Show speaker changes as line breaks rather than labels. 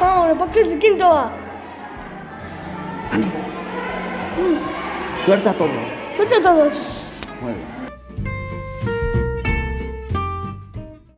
Vámonos, ¿para qué? ¿Quién toma?
Ánimo. Suelta todo.
Suelta a todos.
Muy bien.